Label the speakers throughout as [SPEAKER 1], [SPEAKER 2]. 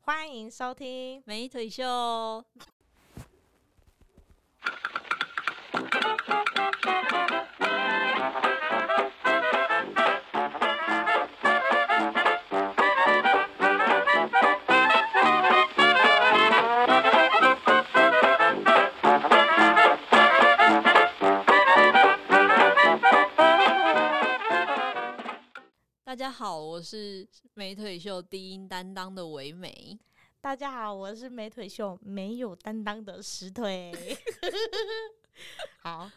[SPEAKER 1] 欢迎收听。
[SPEAKER 2] 美腿秀，大家好，我是美腿秀低音担当的唯美。
[SPEAKER 1] 大家好，我是美腿秀没有担当的石腿。好，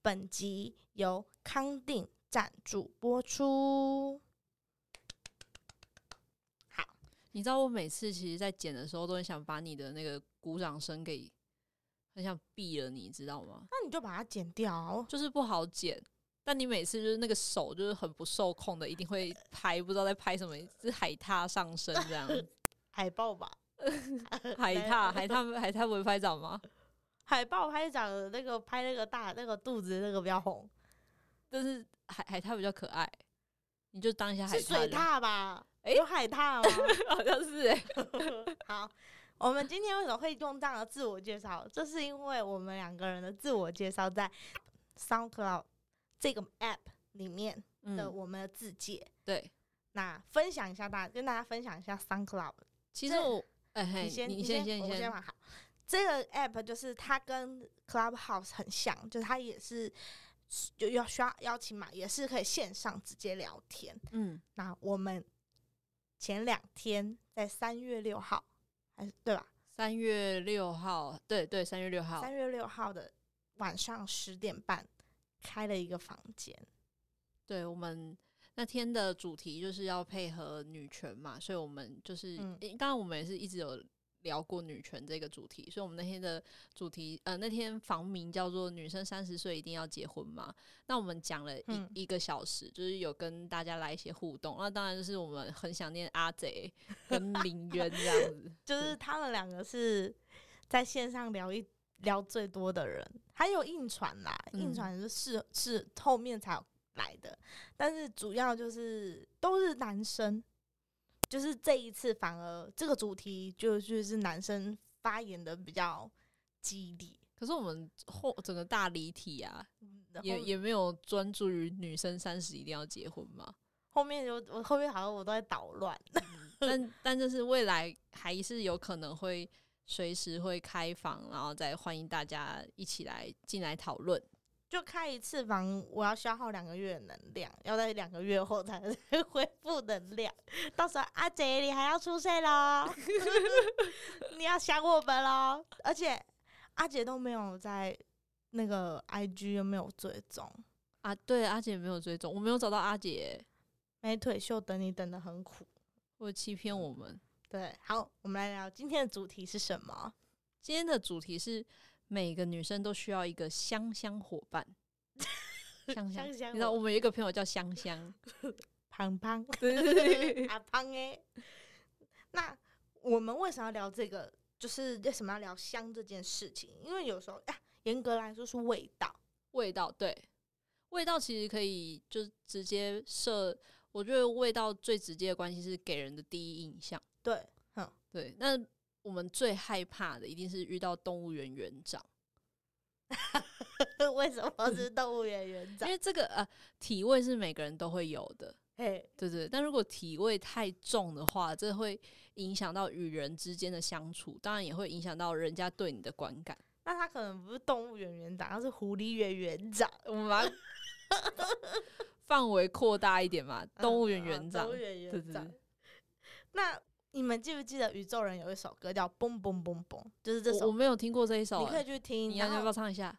[SPEAKER 1] 本集由康定赞助播出。
[SPEAKER 2] 你知道我每次其实，在剪的时候都很想把你的那个鼓掌声给很想毙了，你知道吗？
[SPEAKER 1] 那你就把它剪掉啊。
[SPEAKER 2] 就是不好剪。但你每次就是那个手就是很不受控的，一定会拍，不知道在拍什么，是海獭上身这样。
[SPEAKER 1] 海报吧，
[SPEAKER 2] 海獭，海獭，海獭不会拍照吗？
[SPEAKER 1] 海报拍长得那个拍那个大那个肚子那个比较红，
[SPEAKER 2] 但是海海獭比较可爱，你就当一下海
[SPEAKER 1] 是
[SPEAKER 2] 獭
[SPEAKER 1] 水
[SPEAKER 2] 人，
[SPEAKER 1] 獭吧？
[SPEAKER 2] 诶
[SPEAKER 1] 有海獭吗？
[SPEAKER 2] 好像 是哎、
[SPEAKER 1] 好，我们今天为什么会用这样的自我介绍？这是因为我们两个人的自我介绍在 SoundCloud 这个 App 里面的
[SPEAKER 2] 嗯，
[SPEAKER 1] 我们的自介。
[SPEAKER 2] 对。
[SPEAKER 1] 那分享一下大，跟大家分享一下 SoundCloud。
[SPEAKER 2] 其实
[SPEAKER 1] 这
[SPEAKER 2] 我，哎、嘿，
[SPEAKER 1] 你先，
[SPEAKER 2] 你先，
[SPEAKER 1] 先，
[SPEAKER 2] 先，
[SPEAKER 1] 我
[SPEAKER 2] 你
[SPEAKER 1] 先
[SPEAKER 2] 先，
[SPEAKER 1] 吧。好，这个 App 就是它跟 Clubhouse 很像，就是它也是就要需要邀请码，也是可以线上直接聊天。
[SPEAKER 2] 嗯，
[SPEAKER 1] 那我们前两天在三月六号，还是对吧？
[SPEAKER 2] 三月六号，对对，三月六号，
[SPEAKER 1] 三月六号的晚上十点半开了一个房间，
[SPEAKER 2] 对我们那天的主题就是要配合女权嘛，所以我们就是，
[SPEAKER 1] 嗯
[SPEAKER 2] 诶当然我们也是一直有聊过女权这个主题，所以我们那天的主题，呃，那天房名叫做“女生三十岁一定要结婚嘛”。那我们讲了一、
[SPEAKER 1] 嗯
[SPEAKER 2] 一个小时，就是有跟大家来一些互动。那当然就是我们很想念 阿贼跟林渊这样子，
[SPEAKER 1] 就是他们两个是在线上聊一聊最多的人，还有印传啦，
[SPEAKER 2] 嗯
[SPEAKER 1] 印传是是是后面才有来的，但是主要就是都是男生，就是这一次反而这个主题就就是男生发言的比较激烈。嗯
[SPEAKER 2] 可是我们后整个大离体啊，
[SPEAKER 1] 然
[SPEAKER 2] 也
[SPEAKER 1] 后
[SPEAKER 2] 也没有专注于女生三十一定要结婚嘛。
[SPEAKER 1] 后面就我后面好像我都在捣乱，
[SPEAKER 2] 但但就是未来还是有可能会随时会开房，然后再欢迎大家一起来进来讨论。
[SPEAKER 1] 就开一次房，我要消耗两个月的能量，要在两个月后才能 恢复能量。到时候阿姐你还要出现喽， 你要想我们喽。而且阿姐都没有在那个 IG 又没有追踪，
[SPEAKER 2] 啊，对，阿姐没有追踪，我没有找到阿姐，
[SPEAKER 1] 美腿秀等你等的很苦。
[SPEAKER 2] 我欺骗我们。
[SPEAKER 1] 对，好，我们来聊今天的主题是什么？
[SPEAKER 2] 今天的主题是每个女生都需要一个香香伙 伴。香香，哦
[SPEAKER 1] 香香
[SPEAKER 2] 嗯你知道
[SPEAKER 1] 伙
[SPEAKER 2] 我们有一个朋友叫香 香，
[SPEAKER 1] 胖 胖， 阿胖哎。那我们为什么要聊这个？就是为什么要聊香这件事情？因为有时候啊，严格来说是味道。
[SPEAKER 2] 味道，对，味道其实可以就是直接设，我觉得味道最直接的关系是给人的第一印象。
[SPEAKER 1] 对，
[SPEAKER 2] 对，那我们最害怕的一定是遇到动物园园长，
[SPEAKER 1] 为什么是动物园园
[SPEAKER 2] 因
[SPEAKER 1] 长？
[SPEAKER 2] 为这个呃体味是每个人都会有的，
[SPEAKER 1] 嘿，
[SPEAKER 2] 对对。但如果体味太重的话，这会影响到与人之间的相处，当然也会影响到人家对你的观感。
[SPEAKER 1] 那他可能不是动物园园长，他是狐狸园园长。
[SPEAKER 2] 我们把它范围扩大一点嘛， 动物园
[SPEAKER 1] 嗯
[SPEAKER 2] 园
[SPEAKER 1] 啊
[SPEAKER 2] 长
[SPEAKER 1] 动物，园
[SPEAKER 2] 对
[SPEAKER 1] 园
[SPEAKER 2] 对
[SPEAKER 1] 长
[SPEAKER 2] 对。
[SPEAKER 1] 那你们记不记得宇宙人有一首歌叫《嘣嘣嘣嘣》，就是这
[SPEAKER 2] 我我
[SPEAKER 1] 首，
[SPEAKER 2] 没有听过这一首
[SPEAKER 1] 你可以
[SPEAKER 2] 欸，
[SPEAKER 1] 去听。
[SPEAKER 2] 你要
[SPEAKER 1] 然
[SPEAKER 2] 你
[SPEAKER 1] 后
[SPEAKER 2] 要不要唱一下？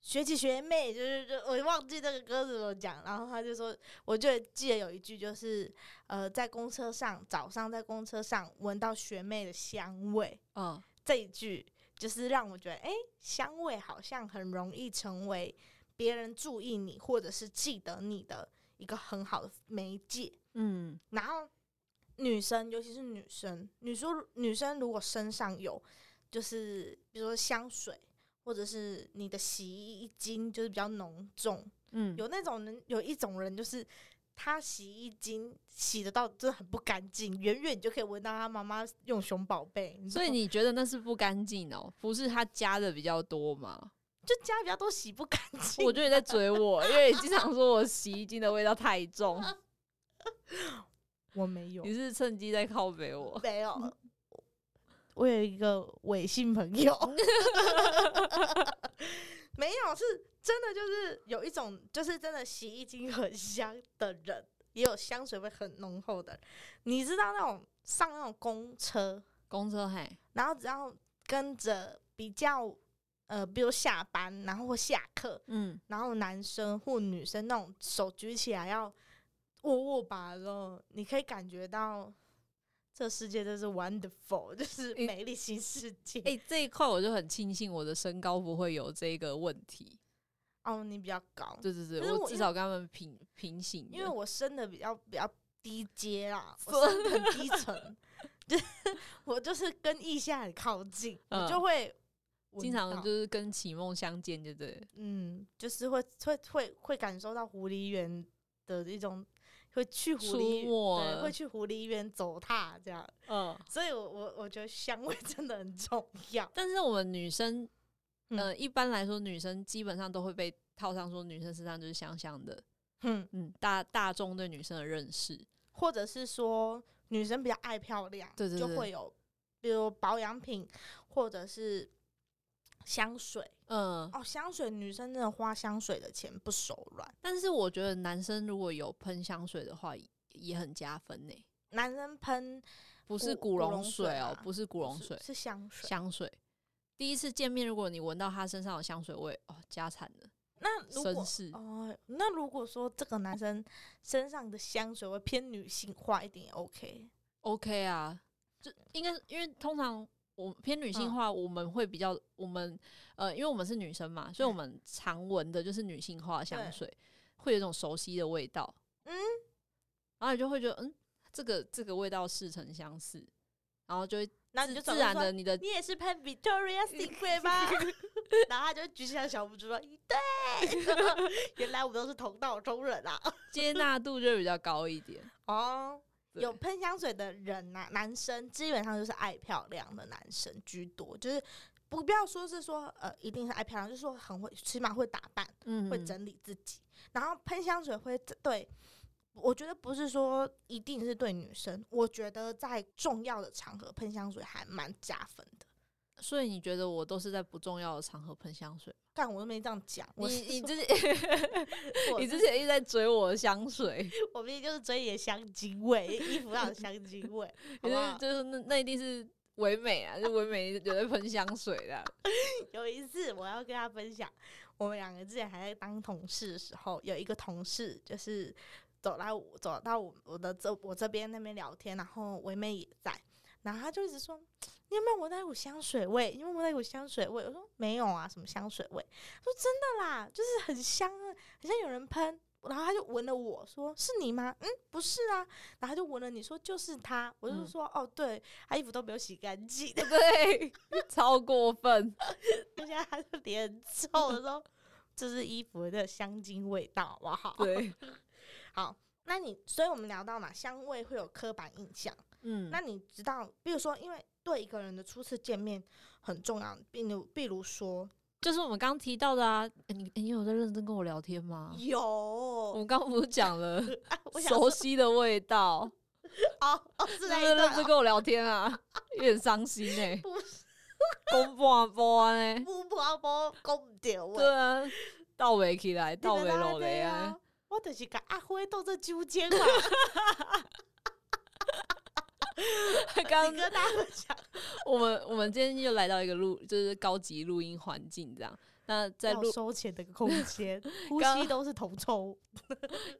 [SPEAKER 1] 学姐学妹，就是就我忘记这个歌怎么讲，然后他就说，我就记得有一句就是，呃，在公车上早上在公车上闻到学妹的香味，
[SPEAKER 2] 嗯，
[SPEAKER 1] 这一句就是让我觉得，哎、香味好像很容易成为别人注意你或者是记得你的一个很好的媒介。
[SPEAKER 2] 嗯，
[SPEAKER 1] 然后女生，尤其是女生，你说女生如果身上有，就是比如说香水，或者是你的洗衣精，就是比较浓重，
[SPEAKER 2] 嗯，
[SPEAKER 1] 有那种人，有一种人就是他洗衣精洗得到真的很不干净，远远你就可以闻到他妈妈用熊宝贝，你知
[SPEAKER 2] 所以
[SPEAKER 1] 道吗
[SPEAKER 2] 你觉得那是不干净哦？不是他加的比较多吗？
[SPEAKER 1] 就家比较多洗不干净。
[SPEAKER 2] 我觉得你在追我，因为你经常说我洗衣精的味道太 重，
[SPEAKER 1] 我没有
[SPEAKER 2] 你，是趁机在靠北我。
[SPEAKER 1] 没有。 我有一个伪性朋友， 没有，是真的，就是有一种，就是真的洗衣精很香的人，也有香水味很浓厚的人。你知道那种上那种公车，
[SPEAKER 2] 公车嘿，
[SPEAKER 1] 然后只要跟着比较呃，比如下班，然后或下课，
[SPEAKER 2] 嗯，
[SPEAKER 1] 然后男生或女生那种手举起来要握握把的时候，你可以感觉到这世界真是 wonderful，就是
[SPEAKER 2] 诶
[SPEAKER 1] 美丽新世界。
[SPEAKER 2] 哎、这一块我就很庆幸我的身高不会有这个问题。
[SPEAKER 1] 哦，你比较高，
[SPEAKER 2] 对对
[SPEAKER 1] 可
[SPEAKER 2] 对，
[SPEAKER 1] 是我
[SPEAKER 2] 我
[SPEAKER 1] 因
[SPEAKER 2] 至
[SPEAKER 1] 为
[SPEAKER 2] 少跟他们平平行的，
[SPEAKER 1] 因为我生的比较比较低阶啦，我生得很低层， 就是我就是跟腋下很靠近，我就
[SPEAKER 2] 嗯
[SPEAKER 1] 会闻
[SPEAKER 2] 经常
[SPEAKER 1] 到
[SPEAKER 2] 就是跟启梦相见，对不对？
[SPEAKER 1] 嗯，就是会会会会感受到狐狸园的一种。会去狐
[SPEAKER 2] 出
[SPEAKER 1] 狸，对，
[SPEAKER 2] 没
[SPEAKER 1] 会去狐狸园走踏这样，
[SPEAKER 2] 嗯，
[SPEAKER 1] 所以我我我觉得香味 真的很重要。
[SPEAKER 2] 但是我们女生，
[SPEAKER 1] 嗯
[SPEAKER 2] 呃，一般来说，女生基本上都会被套上说女生身上就是香香的，
[SPEAKER 1] 嗯，
[SPEAKER 2] 嗯，大大众对女生的认识，
[SPEAKER 1] 或者是说女生比较爱漂亮，
[SPEAKER 2] 对对对
[SPEAKER 1] 就会有比如保养品或者是香水
[SPEAKER 2] 嗯，
[SPEAKER 1] 哦，香水女生真的花香水的钱不手软，
[SPEAKER 2] 但是我觉得男生如果有喷香水的话，也也很加分呢、
[SPEAKER 1] 男生喷
[SPEAKER 2] 不是
[SPEAKER 1] 古
[SPEAKER 2] 古
[SPEAKER 1] 古
[SPEAKER 2] 龙
[SPEAKER 1] 龙水
[SPEAKER 2] 水哦、
[SPEAKER 1] 啊
[SPEAKER 2] 不是古龙水
[SPEAKER 1] 是，是香水。
[SPEAKER 2] 香水。第一次见面，如果你闻到他身上有香水味，哦，加惨了，
[SPEAKER 1] 那如
[SPEAKER 2] 绅
[SPEAKER 1] 果
[SPEAKER 2] 士。
[SPEAKER 1] 哦，那如果说这个男生身上的香水会偏女性化一点也，OK，
[SPEAKER 2] OK 啊，就应该是因为通常我偏女
[SPEAKER 1] 嗯
[SPEAKER 2] 性化，我们会比较我们呃，因为我们是女生嘛，所以我们常闻的就是女性化的香
[SPEAKER 1] 嗯对
[SPEAKER 2] 水，会有一种熟悉的味道，
[SPEAKER 1] 嗯，
[SPEAKER 2] 然后你就会觉得嗯，这个这个味道似曾相识，然后就会
[SPEAKER 1] 那啊你就
[SPEAKER 2] 自
[SPEAKER 1] 转
[SPEAKER 2] 自
[SPEAKER 1] 过去
[SPEAKER 2] 然
[SPEAKER 1] 说
[SPEAKER 2] 的你的
[SPEAKER 1] 你也是喷 Victoria Secret 吗？ 然后他就举起他的小拇指说：“对， 原来我们都是同道中人啊。
[SPEAKER 2] 接纳度就会比较高一点。”
[SPEAKER 1] 哦，
[SPEAKER 2] 对
[SPEAKER 1] 有喷香水的人呐、男生基本上就是爱漂亮的男生居多，就是不不要说是说呃一定是爱漂亮，就是说很会，起码会打扮，
[SPEAKER 2] 嗯
[SPEAKER 1] 会整理自己，然后喷香水会对。我觉得不是说一定是对女生，我觉得在重要的场合喷香水还蛮加分的。
[SPEAKER 2] 所以你觉得我都是在不重要的场合喷香水？
[SPEAKER 1] 但我都没这样讲，我
[SPEAKER 2] 你
[SPEAKER 1] 是
[SPEAKER 2] 你
[SPEAKER 1] 说
[SPEAKER 2] 之 前
[SPEAKER 1] 我
[SPEAKER 2] 你
[SPEAKER 1] 是
[SPEAKER 2] 之前一直在追我的香 水，
[SPEAKER 1] 我明明就是追你的香精味，衣服上有香精 味，好不
[SPEAKER 2] 可是
[SPEAKER 1] 好？
[SPEAKER 2] 就是那那一定是唯美啊，就唯美有在喷香水的。啊
[SPEAKER 1] 有一次我要跟他分享，我们两个之前还在当同事的时候，有一个同事就是走来我走到我我的这我这边那边聊天，然后唯美也在，然后他就一直说。你有没有闻到一股香水味？你有没有闻到一股香水味？我说没有啊，什么香水味？他说真的啦，就是很香啊，很像有人喷。然后他就闻了我说是你吗？嗯，不是啊。然后他就闻了你说就是他，我就
[SPEAKER 2] 嗯
[SPEAKER 1] 说、哦对，他衣服都没有洗干净。
[SPEAKER 2] 对， 超过 分。
[SPEAKER 1] 而且他的脸很臭的时 候，这是衣服的香精味道，好不好？
[SPEAKER 2] 对，
[SPEAKER 1] 好，那你，所以我们聊到嘛，香味会有刻板印象。
[SPEAKER 2] 嗯
[SPEAKER 1] 那你知道，比如说，因为对一个人的初次见面很重要，比如，比如说，
[SPEAKER 2] 就是我们刚刚提到的啊，诶你诶你有在认真跟我聊天吗？
[SPEAKER 1] 有，
[SPEAKER 2] 我们刚刚不是讲 了
[SPEAKER 1] 啊、我想
[SPEAKER 2] 啊嗯熟
[SPEAKER 1] 说，
[SPEAKER 2] 悉的味道，
[SPEAKER 1] 哦，哦，是 那
[SPEAKER 2] 是在
[SPEAKER 1] 一
[SPEAKER 2] 认
[SPEAKER 1] 段
[SPEAKER 2] 真
[SPEAKER 1] 哦
[SPEAKER 2] 跟我聊天啊，有点伤心 哎、欸，
[SPEAKER 1] 不是，
[SPEAKER 2] 公半波呢？
[SPEAKER 1] 哦不不要不讲唔对话，
[SPEAKER 2] 对啊，倒围起来，
[SPEAKER 1] 你就
[SPEAKER 2] 倒围
[SPEAKER 1] 这
[SPEAKER 2] 落
[SPEAKER 1] 样
[SPEAKER 2] 来啊
[SPEAKER 1] 啊！，我就是甲阿辉斗这纠结 嘛，啊
[SPEAKER 2] 刚
[SPEAKER 1] 你跟大家分享，
[SPEAKER 2] 我们我们今天就来到一个录，就是高级录音环境这样。那在
[SPEAKER 1] 要
[SPEAKER 2] 录
[SPEAKER 1] 哦收钱的空 间，呼
[SPEAKER 2] 刚
[SPEAKER 1] 吸都是铜臭。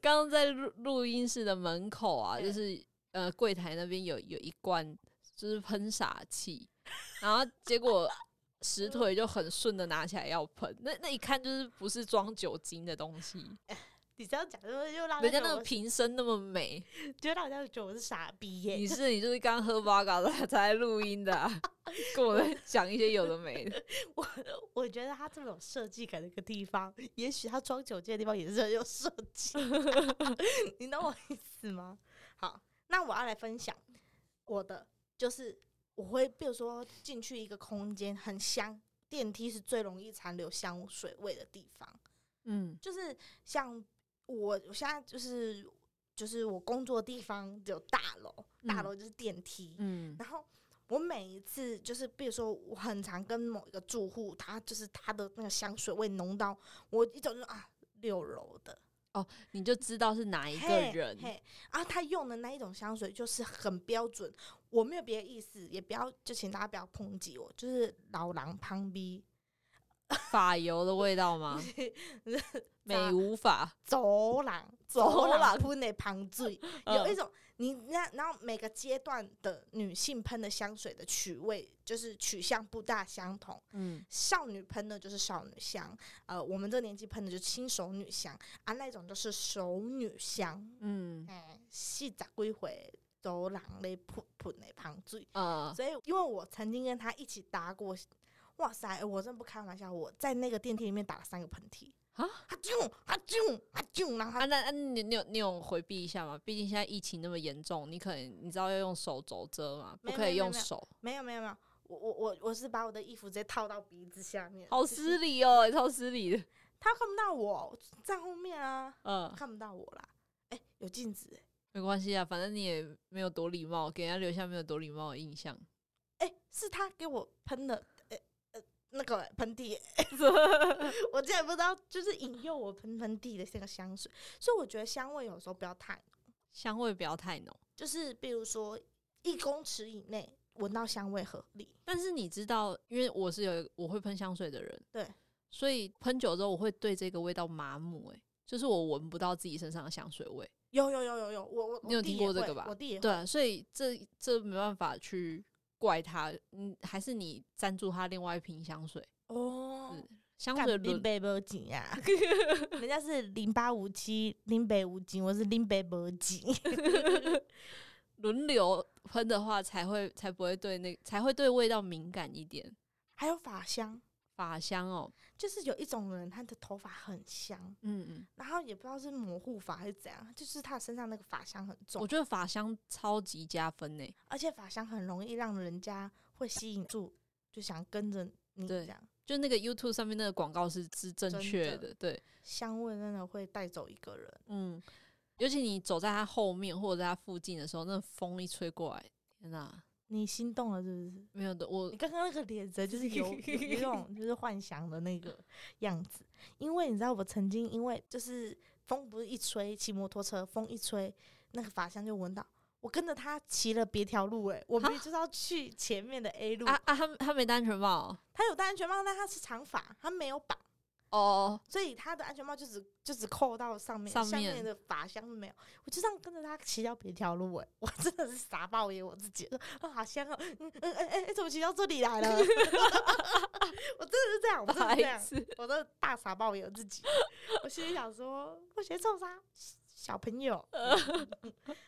[SPEAKER 2] 刚刚在录录音室的门口啊，
[SPEAKER 1] 对
[SPEAKER 2] 就是呃柜台那边有有一罐就是喷洒器，然后结果石腿就很顺的拿起来要喷，那那一看就是不是装酒精的东西，
[SPEAKER 1] 你这样讲，就就让
[SPEAKER 2] 人
[SPEAKER 1] 人
[SPEAKER 2] 家
[SPEAKER 1] 家
[SPEAKER 2] 那
[SPEAKER 1] 那
[SPEAKER 2] 个瓶身那么美，
[SPEAKER 1] 就让人家觉得我是傻逼耶、
[SPEAKER 2] 你是你就是刚喝八嘎的才录音 的、啊，跟我在讲一些有的没的。
[SPEAKER 1] 我我觉得他这么有设计感的一个地方，也许他装酒精的地方也是很有设计， 你懂我意思吗？好，那我要来分享我的，就是我会，比如说进去一个空间很香，电梯是最容易残留香水味的地方，
[SPEAKER 2] 嗯
[SPEAKER 1] 就是像我我现在就是就是我工作地方只有大楼，大
[SPEAKER 2] 嗯
[SPEAKER 1] 楼就是电梯，
[SPEAKER 2] 嗯
[SPEAKER 1] 然后我每一次就是，比如说我很常跟某一个住户，他就是他的那个香水味浓到我一种就是啊六楼的
[SPEAKER 2] 你就知道是哪一个
[SPEAKER 1] 嘿
[SPEAKER 2] 人。
[SPEAKER 1] 嘿，啊他用的那一种香水就是很标准，我没有别的意思，也不要就请大家不要抨击我，就是老狼旁边
[SPEAKER 2] 发油的味道 吗？美无法，
[SPEAKER 1] 走廊
[SPEAKER 2] 走廊嗯
[SPEAKER 1] 喷的旁 醉，有一种你那然后每个阶段的女性喷的香水的取味就是取向不大相同。
[SPEAKER 2] 嗯
[SPEAKER 1] 少女喷的就是少女香，呃，我们这年纪喷的就是轻熟女香啊，那种就是熟女香。
[SPEAKER 2] 嗯
[SPEAKER 1] 哎、细是咋归回走廊嘞，噗噗嘞，旁醉。
[SPEAKER 2] 呃
[SPEAKER 1] 所以，因为我曾经跟他一起搭过，哇塞，欸我真不开玩笑，我在那个电梯里面打了三个喷嚏
[SPEAKER 2] 啊
[SPEAKER 1] 啊啾啊啾啊啾，然后
[SPEAKER 2] 啊，
[SPEAKER 1] 他
[SPEAKER 2] 那啊你你有你有回避一下吗？毕竟现在疫情那么严重，你可能你知道要用手肘遮嘛，不
[SPEAKER 1] 没有
[SPEAKER 2] 可以
[SPEAKER 1] 没有
[SPEAKER 2] 用
[SPEAKER 1] 没有
[SPEAKER 2] 手，
[SPEAKER 1] 没有没有没有，我我我我是把我的衣服直接套到鼻子下面，
[SPEAKER 2] 好失礼哦，超失礼的。
[SPEAKER 1] 他看不到我在后面啊，
[SPEAKER 2] 嗯，
[SPEAKER 1] 看不到我啦，哎、有镜子、欸
[SPEAKER 2] 没关系啊，反正你也没有多礼貌，给人家留下没有多礼貌的印象。
[SPEAKER 1] 哎、是他给我喷的，呃呃，那个喷嚏， 我竟然不知道，就是引诱我喷喷嚏的这个香水，所以我觉得香味有时候不要太，
[SPEAKER 2] 香味不要太浓，
[SPEAKER 1] 就是比如说一公尺以内闻到香味合理，
[SPEAKER 2] 但是你知道，因为我是有一个我会喷香水的人，
[SPEAKER 1] 对，
[SPEAKER 2] 所以喷久之后我会对这个味道麻木、欸，就是我闻不到自己身上的香水味。
[SPEAKER 1] 有有有有有，我我
[SPEAKER 2] 你有听过这个吧
[SPEAKER 1] 我弟也会
[SPEAKER 2] 对啊，所以这这没办法去怪他，嗯，还是你赞助他另外一瓶香水，
[SPEAKER 1] 哦。
[SPEAKER 2] 嗯香水
[SPEAKER 1] 干林
[SPEAKER 2] 轮
[SPEAKER 1] 北无钱 呀，人家是零八五七林北无钱，我是林北无钱。
[SPEAKER 2] 轮流喷的话，才会才不会对那才会对味道敏感一点。
[SPEAKER 1] 还有法香，
[SPEAKER 2] 法香哦，
[SPEAKER 1] 就是有一种人，他的头发很香，
[SPEAKER 2] 嗯嗯，
[SPEAKER 1] 然后也不知道是模糊法还是怎样，就是他身上那个发香很
[SPEAKER 2] 我
[SPEAKER 1] 重，
[SPEAKER 2] 觉得法香超级加分欸呢、
[SPEAKER 1] 而且发香很容易让人家会吸引住，就想跟着你
[SPEAKER 2] 对
[SPEAKER 1] 这样。
[SPEAKER 2] 就那个 YouTube 上面那个广告是是正
[SPEAKER 1] 真
[SPEAKER 2] 确
[SPEAKER 1] 的
[SPEAKER 2] 的，对，
[SPEAKER 1] 香味真的会带走一个人，
[SPEAKER 2] 嗯，尤其你走在它后面或者在它附近的时候，那风一吹过来，天哪、
[SPEAKER 1] 你心动了是不是？
[SPEAKER 2] 没有的，我
[SPEAKER 1] 你刚刚那个脸色就是有有有一 种就是幻想的那个样子，因为你知道我曾经因为就是风不是一吹，骑摩托车风一吹，那个法香就闻到。我跟着他骑了别条路、欸，我明明就是要去前面的 A 路，
[SPEAKER 2] 啊啊，他他没戴安全帽哦
[SPEAKER 1] 他有戴安全帽，但他是长发，他没有绑。
[SPEAKER 2] 哦，
[SPEAKER 1] 所以他的安全帽就只就只扣到上面，
[SPEAKER 2] 上
[SPEAKER 1] 下
[SPEAKER 2] 面
[SPEAKER 1] 面的法箱没有。我就这样跟着他骑到别条路、欸，我真的是傻爆耶！我自己啊，好香哦，嗯嗯哎哎，怎么骑到这里来了？ 我真的是这样，我真的是这
[SPEAKER 2] 白
[SPEAKER 1] 样，
[SPEAKER 2] 痴，
[SPEAKER 1] 我真的大傻爆耶！我自己，我心里想说，我学臭啥小朋友？嗯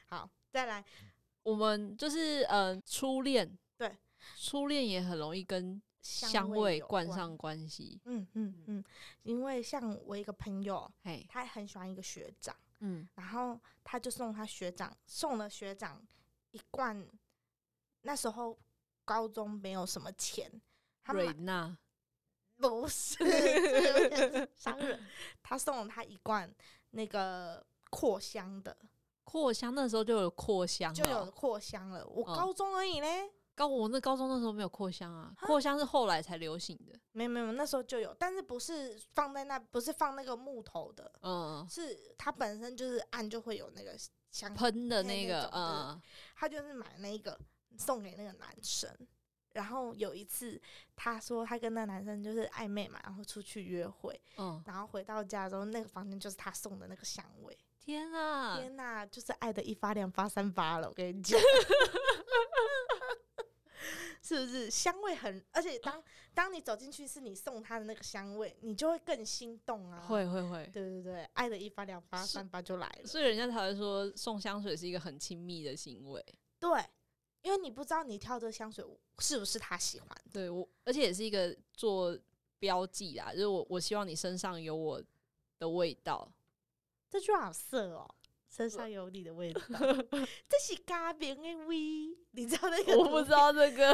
[SPEAKER 1] 好，再来，
[SPEAKER 2] 我们就是嗯、呃初恋，
[SPEAKER 1] 对，
[SPEAKER 2] 初恋也很容易跟香
[SPEAKER 1] 味
[SPEAKER 2] 味
[SPEAKER 1] 有
[SPEAKER 2] 冠
[SPEAKER 1] 关。
[SPEAKER 2] 上关系，
[SPEAKER 1] 嗯嗯嗯，因为像我一个朋友，
[SPEAKER 2] 嘿，
[SPEAKER 1] 他很喜欢一个学长。
[SPEAKER 2] 嗯，
[SPEAKER 1] 然后他就送他学长送了学长一罐，那时候高中没有什么钱，他
[SPEAKER 2] 瑞
[SPEAKER 1] 买
[SPEAKER 2] 娜，
[SPEAKER 1] 不是这有 点伤人，他送了他一罐那个扩香的，
[SPEAKER 2] 扩香那时候就有扩香
[SPEAKER 1] 就
[SPEAKER 2] 了
[SPEAKER 1] 有
[SPEAKER 2] 哦，
[SPEAKER 1] 扩香了。我
[SPEAKER 2] 哦
[SPEAKER 1] 高中而已嘞，
[SPEAKER 2] 高我那高中那时候没有扩香啊，扩香是后来才流行的，
[SPEAKER 1] 没有没有，那时候就有，但是不是放在那，不是放那个木头的，
[SPEAKER 2] 嗯，
[SPEAKER 1] 是它本身就是按就会有那个香
[SPEAKER 2] 喷的那
[SPEAKER 1] 那
[SPEAKER 2] 个，
[SPEAKER 1] 种对
[SPEAKER 2] 嗯，
[SPEAKER 1] 他就是买那一个送给那个男生。然后有一次，他说他跟那男生就是暧昧嘛，然后出去约会，
[SPEAKER 2] 嗯，
[SPEAKER 1] 然后回到家之后，那个房间就是他送的那个香味。
[SPEAKER 2] 天啊，
[SPEAKER 1] 天呐， 就是爱的一发两发三发了，我跟你讲。是不是香味很？而且当当你走进去是你送他的那个香味，你就会更心动啊！，
[SPEAKER 2] 会会会。
[SPEAKER 1] 对对对，爱的一发两发
[SPEAKER 2] 是
[SPEAKER 1] 三发就来了。
[SPEAKER 2] 所以人家才会说送香水是一个很亲密的行为，
[SPEAKER 1] 对，因为你不知道你挑的香水是不是他喜欢的。
[SPEAKER 2] 对我，而且也是一个做标记啦，就是我我希望你身上有我的味 道，
[SPEAKER 1] 这句话好色哦，身上有你的 味道，这是咖啡的味。你知道那个
[SPEAKER 2] 我不知道这 个，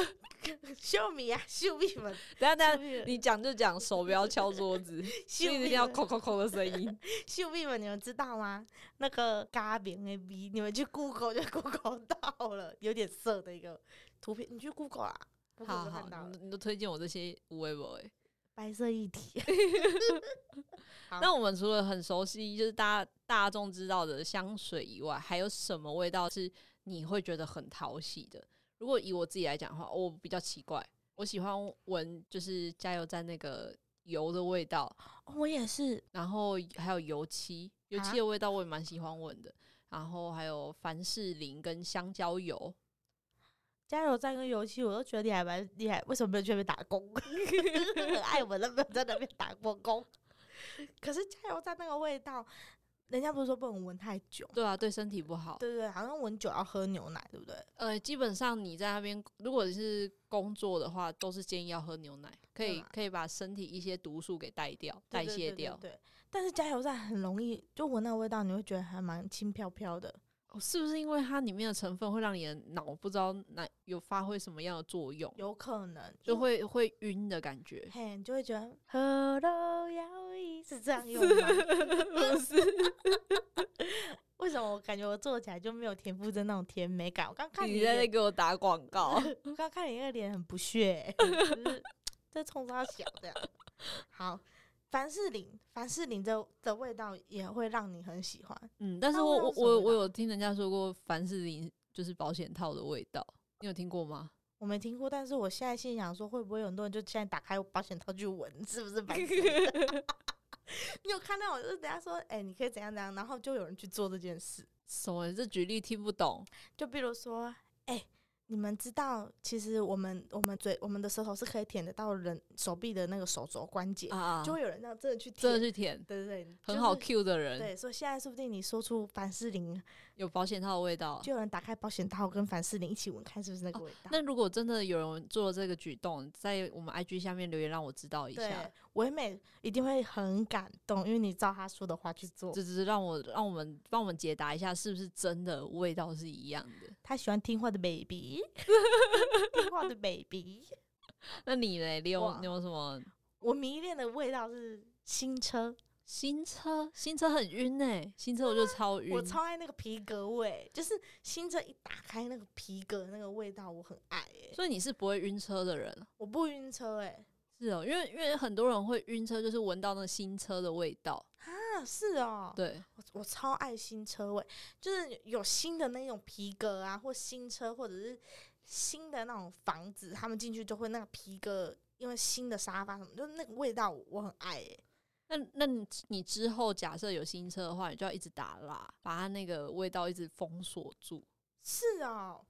[SPEAKER 1] 秀米啊，秀米们，
[SPEAKER 2] 等一下等一
[SPEAKER 1] 秀米
[SPEAKER 2] 下，
[SPEAKER 1] 们，
[SPEAKER 2] 你讲就讲，手不要敲桌 子，
[SPEAKER 1] 秀
[SPEAKER 2] 就一直
[SPEAKER 1] 米
[SPEAKER 2] 听到
[SPEAKER 1] 们
[SPEAKER 2] 扣扣扣的声 音。
[SPEAKER 1] 秀蜜们，你们知道吗？那个嘎饼 A B，你们去 Google 就 Google 到了，有点色的一个图片，你去 Google 啊，Google
[SPEAKER 2] 好嗯
[SPEAKER 1] 就看到
[SPEAKER 2] 好，
[SPEAKER 1] 了
[SPEAKER 2] 你你都推荐我这些无微博哎。
[SPEAKER 1] 白色一 体。好
[SPEAKER 2] 那我们除了很熟悉，就是大家大众知道的香水以外，还有什么味道是你会觉得很讨喜的？如果以我自己来讲的话，我比较奇怪，我喜欢闻就是加油站那个油的味道，
[SPEAKER 1] 我也是，
[SPEAKER 2] 然后还有油漆，油
[SPEAKER 1] 啊
[SPEAKER 2] 漆的味道我也蛮喜欢闻的。然后还有凡士林跟香蕉油，
[SPEAKER 1] 加油站跟油漆，我都觉得你还蛮厉害，为什么没有去那边打工？ 很爱我都没有在那边打过工。可是加油站那个味道，人家不是说不能闻太久？
[SPEAKER 2] 对啊，对身体不好。
[SPEAKER 1] 对对对，好像闻久要喝牛奶，对不对？
[SPEAKER 2] 呃，基本上你在那边，如果是工作的话，都是建议要喝牛奶，可
[SPEAKER 1] 对
[SPEAKER 2] 以
[SPEAKER 1] 啦
[SPEAKER 2] 可以把身体一些毒素给带掉、代
[SPEAKER 1] 对对对
[SPEAKER 2] 谢
[SPEAKER 1] 对
[SPEAKER 2] 掉。
[SPEAKER 1] 对，但是加油站很容易，就闻那个味道，你会觉得还蛮轻飘飘的。
[SPEAKER 2] 哦是不是因为它里面的成分会让你的脑不知道哪有发挥什么样的作用，
[SPEAKER 1] 有可能
[SPEAKER 2] 就
[SPEAKER 1] 因为
[SPEAKER 2] 会会晕的感觉？
[SPEAKER 1] 嘿，你就会觉得 Hello 摇椅是这样用吗？
[SPEAKER 2] 不是，
[SPEAKER 1] 为什么我感觉我做起来就没有田馥甄那种甜美感？我刚看
[SPEAKER 2] 你
[SPEAKER 1] 的
[SPEAKER 2] 在那
[SPEAKER 1] 脸
[SPEAKER 2] 给我打广告。
[SPEAKER 1] 我刚看你那个脸很不屑、欸， 就是在冲他小这样。好，凡士林，凡士林的的味道也会让你很喜欢。
[SPEAKER 2] 嗯，但是
[SPEAKER 1] 那
[SPEAKER 2] 我
[SPEAKER 1] 会
[SPEAKER 2] 我
[SPEAKER 1] 让什么
[SPEAKER 2] 我
[SPEAKER 1] 味
[SPEAKER 2] 我
[SPEAKER 1] 道
[SPEAKER 2] 有听人家说过凡士林就是保险套的味道，你有听过吗？
[SPEAKER 1] 我没听过，但是我现在心想说，会不会有很多人就现在打开保险套去闻，是不是白痴 的？你有看到我就是等下说，哎、你可以怎样怎样，然后就有人去做这件事。
[SPEAKER 2] 什么？这举例听不懂。
[SPEAKER 1] 就比如说，哎、你们知道，其实我们我们嘴我们的舌头是可以舔得到人手臂的那个手肘关节，
[SPEAKER 2] 啊，
[SPEAKER 1] 就会有人让真的去
[SPEAKER 2] 真
[SPEAKER 1] 舔
[SPEAKER 2] 的。是甜，
[SPEAKER 1] 对对对，
[SPEAKER 2] 很好
[SPEAKER 1] 就是
[SPEAKER 2] Q 的人，
[SPEAKER 1] 对，所以现在说不定你说出凡士林，
[SPEAKER 2] 有保险套的味道。
[SPEAKER 1] 就有人打开保险套跟凡士林一起闻，看是不是那个
[SPEAKER 2] 哦
[SPEAKER 1] 味道。
[SPEAKER 2] 那如果真的有人做了这个举动，在我们 IG 下面留言让我知道一下
[SPEAKER 1] 对，，唯美一定会很感动，因为你照他说的话去做。
[SPEAKER 2] 只是让我让我们帮我们解答一下，是不是真的味道是一样的？
[SPEAKER 1] 他喜欢听话的 baby，听话的 baby。
[SPEAKER 2] 那你嘞，你有
[SPEAKER 1] 哇
[SPEAKER 2] 你有什么
[SPEAKER 1] 我迷恋的味道是新车，
[SPEAKER 2] 新车？新车很晕呢、新车我就超晕，
[SPEAKER 1] 我超爱那个皮革味，就是新车一打开那个皮革那个味道，我很爱、欸。
[SPEAKER 2] 所以你是不会晕车的人。啊
[SPEAKER 1] 我不晕车、欸，
[SPEAKER 2] 是哦，因为因为很多人会晕车，就是闻到那新车的味道。
[SPEAKER 1] 啊，是哦，
[SPEAKER 2] 对，
[SPEAKER 1] 我我超爱新车味，就是有新的那种皮革啊，或新车，或者是新的那种房子，他们进去就会那个皮革，因为新的沙发什么，就是那个味道我我很爱、欸。
[SPEAKER 2] 那那你你之后假设有新车的话，你就要一直打蜡，把它那个味道一直封锁住。
[SPEAKER 1] 是哦，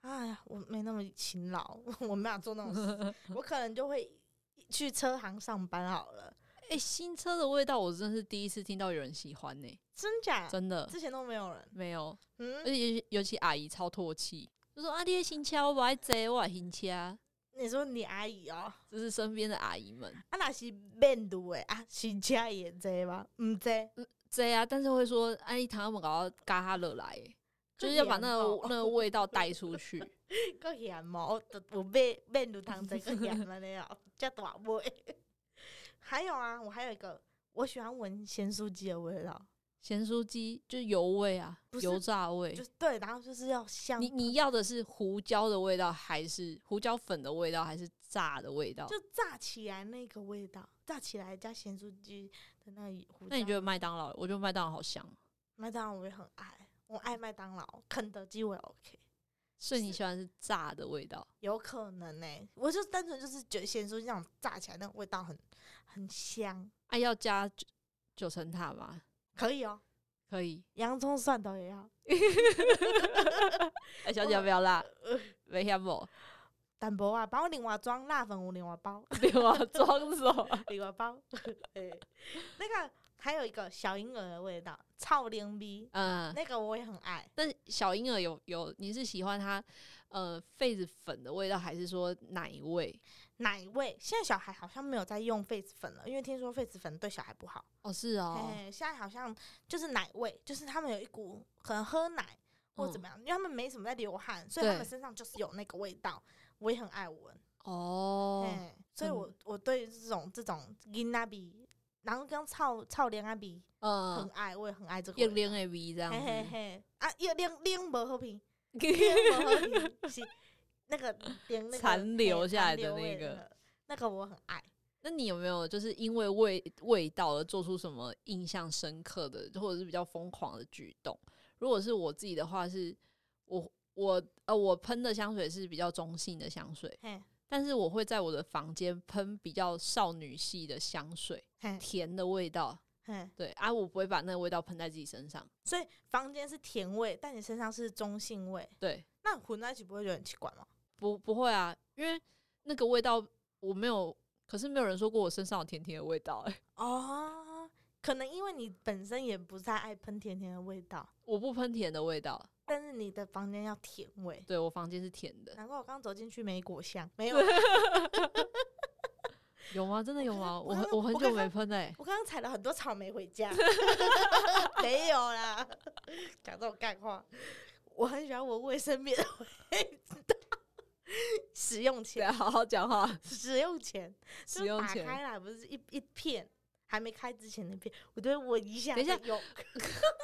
[SPEAKER 1] 哎呀，我没那么勤劳， 我没法做那种事，我可能就会去车行上班好了。
[SPEAKER 2] 哎、新车的味道我真的是第一次听到有人喜欢呢、
[SPEAKER 1] 真假？
[SPEAKER 2] 真的哎
[SPEAKER 1] 之前都没有人。
[SPEAKER 2] 没有，而
[SPEAKER 1] 嗯，
[SPEAKER 2] 且尤其尤其阿姨超唾弃，就说啊，你的新车我不爱坐，我爱新车，
[SPEAKER 1] 你说你阿姨哦，
[SPEAKER 2] 就是身边的阿姨们
[SPEAKER 1] 啊那是面毒诶啊，新家也在吗？唔在，
[SPEAKER 2] 坐啊，但是会说，哎、啊，你他们搞到嘎哈乐来、欸就是要把那个那个 味道带出去。
[SPEAKER 1] 个咸毛，我我面面毒汤真个咸了了， 这大尾。还有啊，我还有一个，我喜欢闻咸酥鸡的味道，
[SPEAKER 2] 咸酥鸡就是油味啊
[SPEAKER 1] 不，是
[SPEAKER 2] 油炸味
[SPEAKER 1] 就。对，然后就是要香
[SPEAKER 2] 你你要的是胡椒的味道，还是胡椒粉的味道，还是炸的味道？
[SPEAKER 1] 就炸起来那个味道，炸起来加咸酥鸡的那个胡椒。
[SPEAKER 2] 那你觉得麦当劳？我觉得麦当劳好香，哦
[SPEAKER 1] 麦当劳我也很爱，我爱麦当劳、肯德基我也 OK，
[SPEAKER 2] 所以你
[SPEAKER 1] 是
[SPEAKER 2] 喜欢是炸的味道。
[SPEAKER 1] 有可能呢、我就单纯就是觉得咸酥鸡那种炸起来那种味道很很香，
[SPEAKER 2] 哎、要加九九层塔吗？
[SPEAKER 1] 可以哦，
[SPEAKER 2] 可以。
[SPEAKER 1] 洋葱蒜头也要。呃
[SPEAKER 2] 哎、小姐要不要辣？没香不？
[SPEAKER 1] 淡薄啊，帮我另外装辣粉，我另外包，
[SPEAKER 2] 对吧？啊装什 么？
[SPEAKER 1] 另外包。对，那个还有一个小婴儿的味道，超灵逼，
[SPEAKER 2] 嗯，
[SPEAKER 1] 那个我也很爱。
[SPEAKER 2] 但小婴儿有有，你是喜欢它呃痱子粉的味道，还是说奶味？
[SPEAKER 1] 奶味，现在小孩好像没有在用痱子粉了，因为听说痱子粉对小孩不好。
[SPEAKER 2] 哦，是哦，
[SPEAKER 1] 哎、现在好像就是奶味，就是他们有一股可能喝奶或怎么样，因为他们没什么在流汗，所以他们
[SPEAKER 2] 嗯对
[SPEAKER 1] 身上就是有那个味道。我也很爱闻，哎、
[SPEAKER 2] 哦，
[SPEAKER 1] 所以我、
[SPEAKER 2] 嗯
[SPEAKER 1] 我对这种这种银那比，然后跟臭臭莲阿比很
[SPEAKER 2] 嗯，
[SPEAKER 1] 爱，我也很爱这个
[SPEAKER 2] 一
[SPEAKER 1] 味道。
[SPEAKER 2] 零 A V 这样
[SPEAKER 1] 嘿嘿
[SPEAKER 2] 子，
[SPEAKER 1] 嘿，啊，又连连无好评， 连无好评是那个连那个
[SPEAKER 2] 残留
[SPEAKER 1] 嘿
[SPEAKER 2] 下
[SPEAKER 1] 残
[SPEAKER 2] 来的
[SPEAKER 1] 留
[SPEAKER 2] 那
[SPEAKER 1] 味
[SPEAKER 2] 个
[SPEAKER 1] 那个我很爱。
[SPEAKER 2] 那你有没有就是因为味味道而做出什么印象深刻的，或者是比较疯狂的举动？如果是我自己的话是，我我呃我喷的香水是比较中性的香水，
[SPEAKER 1] 嘿，
[SPEAKER 2] 但是我会在我的房间喷比较少女系的香水，
[SPEAKER 1] 嘿，
[SPEAKER 2] 甜的味道。
[SPEAKER 1] 嘿，
[SPEAKER 2] 对啊，我不会把那个味道喷在自己身上。
[SPEAKER 1] 所以房间是甜味，但你身上是中性味，
[SPEAKER 2] 对，
[SPEAKER 1] 那混在一起不会觉得很奇怪吗？
[SPEAKER 2] 不不会啊，因为那个味道我没有，可是没有人说过我身上有甜甜的味道、欸。
[SPEAKER 1] 哦，可能因为你本身也不太爱喷甜甜的味道，
[SPEAKER 2] 我不喷甜的味道，
[SPEAKER 1] 但是你的房间要甜味。
[SPEAKER 2] 对我房间是甜的。
[SPEAKER 1] 难怪我刚走进去没果香，没有。
[SPEAKER 2] 有吗？真的有吗？
[SPEAKER 1] 我
[SPEAKER 2] 我
[SPEAKER 1] 刚刚
[SPEAKER 2] 很我很
[SPEAKER 1] 我
[SPEAKER 2] 久
[SPEAKER 1] 刚
[SPEAKER 2] 没喷嘞、
[SPEAKER 1] 我刚刚采了很多草莓回家， 没有啦，讲这种干话。我很喜欢闻卫生棉的味道，使用
[SPEAKER 2] 对，
[SPEAKER 1] 前，
[SPEAKER 2] 好好讲 话。
[SPEAKER 1] 使用前，
[SPEAKER 2] 使用
[SPEAKER 1] 就是
[SPEAKER 2] 前
[SPEAKER 1] 打开来不是一一片，还没开之前那片，我都会闻一下。
[SPEAKER 2] 等一下
[SPEAKER 1] 有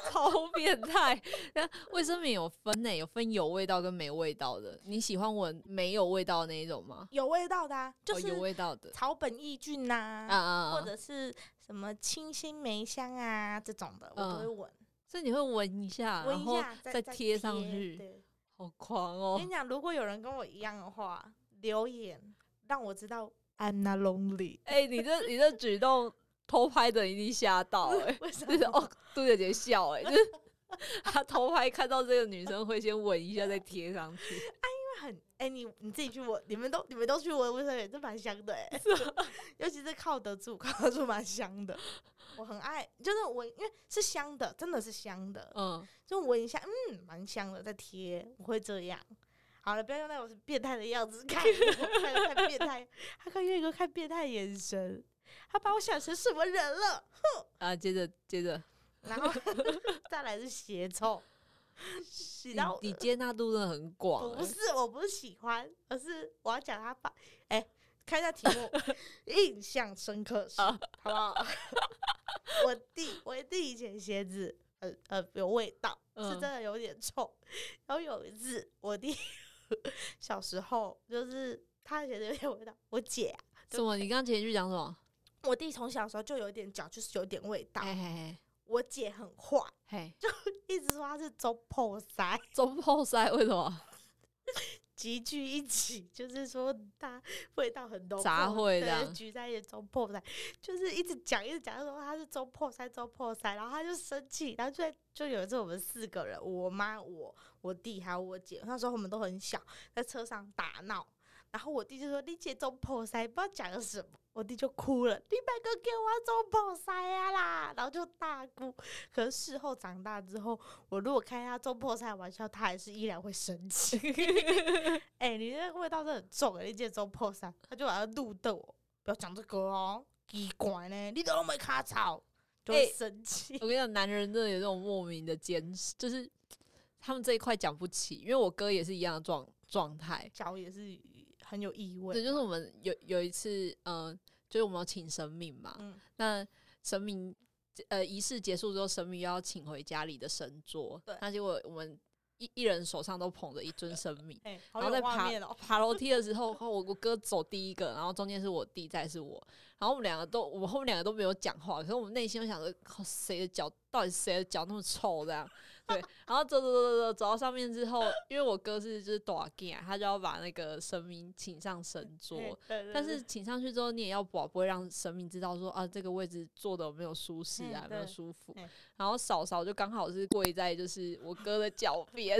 [SPEAKER 2] 超变态！ 那卫生棉有分呢、有分有味道跟没味道的。你喜欢闻没有味道的那一种吗？
[SPEAKER 1] 有味道的、啊，就
[SPEAKER 2] 哦
[SPEAKER 1] 是
[SPEAKER 2] 有味道的
[SPEAKER 1] 草本抑菌呐、
[SPEAKER 2] 啊啊啊！
[SPEAKER 1] 或者是什么清新梅香啊这种的，我都会闻
[SPEAKER 2] 所以你会闻一下，
[SPEAKER 1] 闻、
[SPEAKER 2] 嗯啊然
[SPEAKER 1] 一
[SPEAKER 2] 后
[SPEAKER 1] 下再
[SPEAKER 2] 再
[SPEAKER 1] 再
[SPEAKER 2] 贴上去
[SPEAKER 1] 对，
[SPEAKER 2] 好狂
[SPEAKER 1] 我
[SPEAKER 2] 哦
[SPEAKER 1] 跟！你讲，如果有人跟我一样的话，留言让我知道 I'm not lonely。
[SPEAKER 2] 哎、你这你这举动偷拍的一定吓 到哎、
[SPEAKER 1] 为什
[SPEAKER 2] 就是
[SPEAKER 1] 么？
[SPEAKER 2] 哦，杜姐姐笑哎、 就是他偷拍看到这个女生会先闻一下再贴上去。
[SPEAKER 1] 很哎、你你自己去闻，你们都你们都去闻卫生棉，这蛮香的哎、 尤其是靠得住，靠得住蛮香的。我很爱，就是闻，因为是香的，真的是香的。
[SPEAKER 2] 嗯，
[SPEAKER 1] 就闻一下，嗯，蛮香的，再贴，我会这样。好了，不要用那种变态的样子看我，看得太变态，他看月哥看变态眼神，他把我想成什么人了？
[SPEAKER 2] 啊，接着接着，
[SPEAKER 1] 然 后再来是鞋臭，洗
[SPEAKER 2] 你
[SPEAKER 1] 到
[SPEAKER 2] 你接纳度真的很广、
[SPEAKER 1] 不
[SPEAKER 2] 欸，
[SPEAKER 1] 是我不是喜欢，而是我要讲他爸，哎、看一下题 目，印象深刻是，好不好？ 我弟我弟以前鞋子呃呃有味道，是真
[SPEAKER 2] 嗯
[SPEAKER 1] 的有点臭。然后有一次我弟 小时候就是他的鞋子有点味道，我姐啊、
[SPEAKER 2] 嗯什么？你刚刚前去讲什么？
[SPEAKER 1] 我弟从小时候就有一点脚就是有点味道，
[SPEAKER 2] 嘿嘿
[SPEAKER 1] 我姐很坏，
[SPEAKER 2] 嘿，
[SPEAKER 1] 一直说他是中破塞。
[SPEAKER 2] 中破塞为什么？
[SPEAKER 1] 集聚一起， 就是说它味道很浓，
[SPEAKER 2] 杂烩这
[SPEAKER 1] 对，
[SPEAKER 2] 样
[SPEAKER 1] 聚在一起中破塞，就是一直讲一直讲，说他是中破塞中破塞，然后他就生气，然后就在就有一次我们四个人，我妈、我、我弟还有我姐，那时候我们都很小，在车上打闹。然后我弟就说：“你姐中破塞，不知道讲了什么。”我弟就哭了：“你买个给我中破塞啊啦！”然后就大哭。可是事后长大之后，我如果开他中破塞的玩笑，他还是依然会生气。 哎、你那个味道真的很重哎、你这周破三，他就把它怒瞪我，不要讲这个哦，奇怪呢，你都没卡草，就会
[SPEAKER 2] 欸
[SPEAKER 1] 生气。
[SPEAKER 2] 我跟你讲，男人真的有这种莫名的坚持，就是他们这一块讲不起。因为我哥也是一样的状状态，
[SPEAKER 1] 脚也是很有异
[SPEAKER 2] 对，
[SPEAKER 1] 味，
[SPEAKER 2] 就是我们有有一次，嗯、就是我们要请神明嘛，
[SPEAKER 1] 嗯
[SPEAKER 2] 那神明呃仪式结束之后，神明又要请回家里的神桌，
[SPEAKER 1] 对
[SPEAKER 2] 那结果我们一一人手上都捧着一尊神明。
[SPEAKER 1] 哎、好
[SPEAKER 2] 然后
[SPEAKER 1] 有
[SPEAKER 2] 在
[SPEAKER 1] 画
[SPEAKER 2] 爬
[SPEAKER 1] 面哦。
[SPEAKER 2] 爬楼梯的时候，我我哥走第一个，然后中间是我弟，再是我，然后我们两个都，我们后面两个都没有讲话，可是我们内心就想着，靠，谁的脚到底谁的脚那么臭这样？ 对，然后走走走走走，走到上面之后，因为我哥是就是短 g 他就要把那个神明请上神桌，
[SPEAKER 1] 哎 对对
[SPEAKER 2] 但
[SPEAKER 1] 对
[SPEAKER 2] 是请上去之后，你也要保，不会让神明知道说啊这个位置坐的有没有舒适
[SPEAKER 1] 嗯
[SPEAKER 2] 啊，有没有
[SPEAKER 1] 对
[SPEAKER 2] 舒服
[SPEAKER 1] 嗯。
[SPEAKER 2] 然后嫂嫂就刚好是跪在就是我哥的脚边，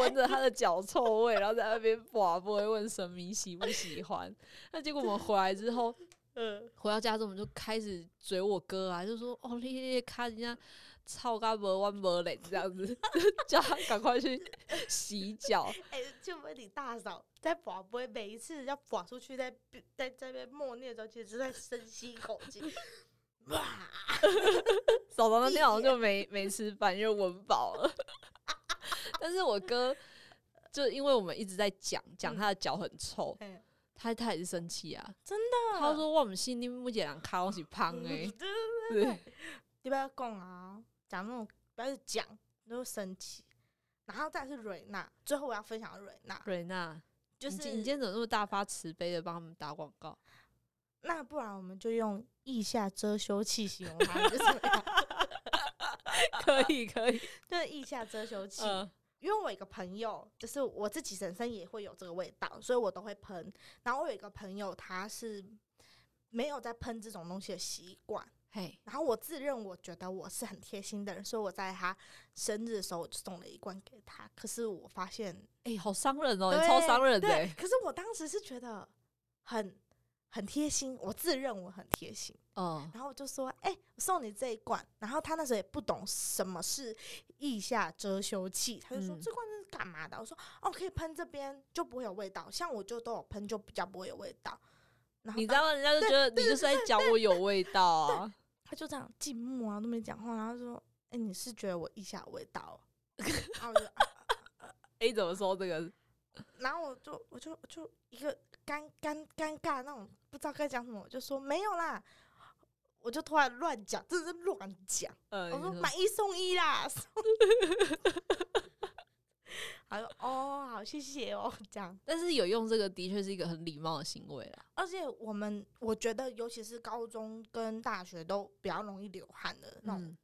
[SPEAKER 2] 闻着他的脚臭味，然后在那边哇，不会问神明喜不喜欢。那结果我们回来之后，
[SPEAKER 1] 嗯，
[SPEAKER 2] 回到家之后，我们就开始嘴我哥啊，就说哦，你你看人家操干没完没嘞这样子， 叫他赶快去洗脚。
[SPEAKER 1] 哎、就问你大嫂在拔杯，每一次要拔出去在，在在这边默念的时候，其实是在深吸一口气。哇！
[SPEAKER 2] 嫂嫂那天好像就没没吃饭，因为闻饱了。 但是我哥就因为我们一直在讲讲他的脚很臭，
[SPEAKER 1] 哎
[SPEAKER 2] 他他也是生气啊，
[SPEAKER 1] 真
[SPEAKER 2] 的。他说我们心里目前人卡拢是胖
[SPEAKER 1] 对
[SPEAKER 2] 诶，
[SPEAKER 1] 对
[SPEAKER 2] 对，
[SPEAKER 1] 你不要讲啊，讲那种不要讲，你就会生气。然后再来是瑞娜，最后我要分享的瑞娜，
[SPEAKER 2] 瑞娜，
[SPEAKER 1] 就是
[SPEAKER 2] 你今你今天怎么那么大发慈悲的帮他们打广告？
[SPEAKER 1] 那不然我们就用腋下遮羞器形容它，就是怎么样
[SPEAKER 2] 可以可以，
[SPEAKER 1] 就是腋下遮羞器。
[SPEAKER 2] 嗯
[SPEAKER 1] 因为我有一个朋友，就是我自己本身也会有这个味道，所以我都会喷。然后我有一个朋友，他是没有在喷这种东西的习惯。
[SPEAKER 2] 嘿，
[SPEAKER 1] 然后我自认我觉得我是很贴心的人，所以我在他生日的时候我就送了一罐给他。可是我发现，
[SPEAKER 2] 哎、好伤人哦，你
[SPEAKER 1] 对
[SPEAKER 2] 超伤人的、
[SPEAKER 1] 对
[SPEAKER 2] 欸，，
[SPEAKER 1] 可是我当时是觉得很很贴心，我自认我很贴心。
[SPEAKER 2] 嗯，
[SPEAKER 1] 然后我就说：“哎、我送你这一罐。”然后他那时候也不懂什么是腋下遮羞器，他就说：“
[SPEAKER 2] 嗯
[SPEAKER 1] 这罐是干嘛的？”我说：“哦，可以喷这边就不会有味道，像我就都有喷，就比较不会有味道。”然后
[SPEAKER 2] 你知道人家就觉得你就是在讲我有味道啊，
[SPEAKER 1] 他就这样静默啊，都没讲话，然后就说：“哎、你是觉得我腋下有味道 哦、然后我就啊
[SPEAKER 2] 哎、 怎么说这个？
[SPEAKER 1] 然后我就我就我就一个尴尴尴尬那种，不知道该讲什么，我就说没有啦，我就突然乱讲，真的是乱讲。
[SPEAKER 2] 嗯，
[SPEAKER 1] 我
[SPEAKER 2] 你
[SPEAKER 1] 说买一送一啦， 送他说哦好谢谢哦 这样，
[SPEAKER 2] 但是有用这个的确是一个很礼貌的行为啦。
[SPEAKER 1] 而且我们我觉得尤其是高中跟大学都比较容易流汗的那种
[SPEAKER 2] 嗯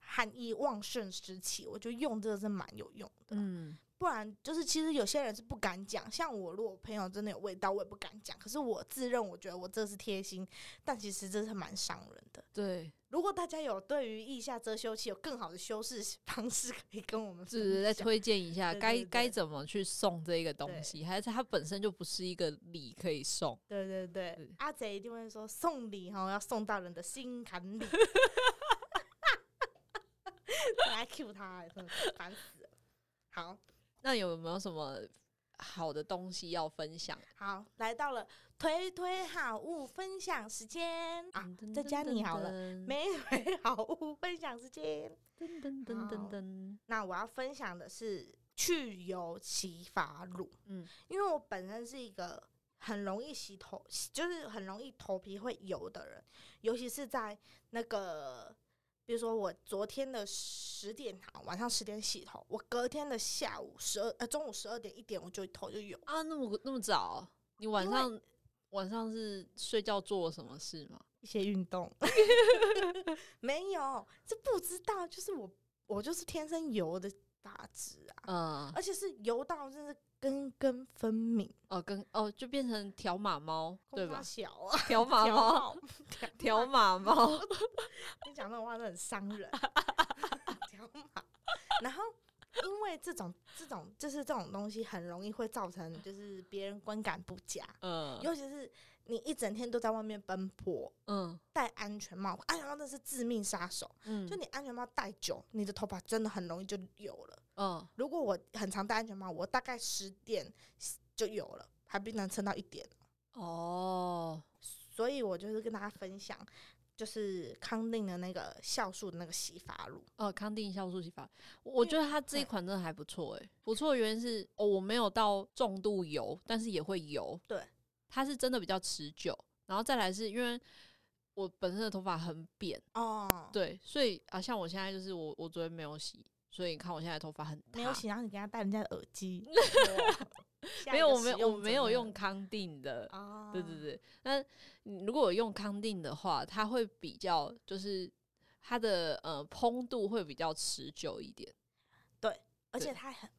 [SPEAKER 1] 汗意旺盛时期，我觉得用这个是蛮有用的。
[SPEAKER 2] 嗯，
[SPEAKER 1] 不然就是其实有些人是不敢讲，像我如果朋友真的有味道，我也不敢讲。可是我自认我觉得我这是贴心，但其实这是蛮伤人的。
[SPEAKER 2] 对，
[SPEAKER 1] 如果大家有对于腋下遮羞器有更好的修饰方式，可以跟我们
[SPEAKER 2] 就
[SPEAKER 1] 分
[SPEAKER 2] 是在
[SPEAKER 1] 享
[SPEAKER 2] 推荐一下
[SPEAKER 1] 对对
[SPEAKER 2] 该
[SPEAKER 1] 对
[SPEAKER 2] 该怎么去送这个东西，还是它本身就不是一个礼可以送。
[SPEAKER 1] 对对对
[SPEAKER 2] 对，
[SPEAKER 1] 阿贼一定会说送礼哈，要送到人的心坎 里。来 Q 他，真的是烦死了。好
[SPEAKER 2] 那有没有什么好的东西要分享？
[SPEAKER 1] 好，来到了推推好物分享时间啊，在家你好了，
[SPEAKER 2] 了
[SPEAKER 1] 没 推好物分享时间。
[SPEAKER 2] 噔噔噔噔噔，
[SPEAKER 1] 那我要分享的是去油洗发乳，
[SPEAKER 2] 嗯
[SPEAKER 1] 因为我本身是一个很容易洗头，就是很容易头皮会油的人，尤其是在那个，比如说我昨天的十点好，晚上十点洗头，我隔天的下午十二呃中午十二点一点我就头就油。
[SPEAKER 2] 啊，那么那么早，你晚
[SPEAKER 1] 因为
[SPEAKER 2] 上晚上是睡觉做了什么事吗？
[SPEAKER 1] 一些运动 没有，这不知道，就是我我就是天生油的发质啊，
[SPEAKER 2] 嗯，
[SPEAKER 1] 而且是油到真是根根分明，
[SPEAKER 2] 哦，跟哦就变成条码猫对
[SPEAKER 1] 空差
[SPEAKER 2] 吧？
[SPEAKER 1] 小啊，
[SPEAKER 2] 条码猫，
[SPEAKER 1] 毛
[SPEAKER 2] 条码 猫，
[SPEAKER 1] 你讲那种话真的很伤人， 条码。然后，因为这种这种就是这种东西，很容易会造成就是别人观感不佳，
[SPEAKER 2] 嗯
[SPEAKER 1] 尤其是你一整天都在外面奔波，
[SPEAKER 2] 嗯
[SPEAKER 1] 戴安全帽，安全帽那是致命杀手。
[SPEAKER 2] 嗯，
[SPEAKER 1] 就你安全帽戴久，你的头发真的很容易就油了。
[SPEAKER 2] 嗯
[SPEAKER 1] 如果我很常戴安全帽，我大概十点就有了，还不能撑到一点。
[SPEAKER 2] 哦，
[SPEAKER 1] 所以我就是跟大家分享，就是康定的那个酵素的那个洗发乳。
[SPEAKER 2] 哦，康定酵素洗发，我我
[SPEAKER 1] 因为
[SPEAKER 2] 觉得它这一款真的还不错诶、不错的原因是哦，我没有到重度油，但是也会油，
[SPEAKER 1] 对，
[SPEAKER 2] 它是真的比较持久。然后再来是因为我本身的头发很扁，
[SPEAKER 1] 哦，
[SPEAKER 2] 对，所以啊，像我现在就是我我昨天没有洗，所以你看我现在头发很塌
[SPEAKER 1] 没有洗，然后你给他戴人家的耳 机，
[SPEAKER 2] 没有我没有我没有用康定的，
[SPEAKER 1] 啊
[SPEAKER 2] 对对，对，那你如果有用康定的话，它会比较就是它的呃蓬度会比较持久一点。
[SPEAKER 1] 而且
[SPEAKER 2] 对
[SPEAKER 1] 它很，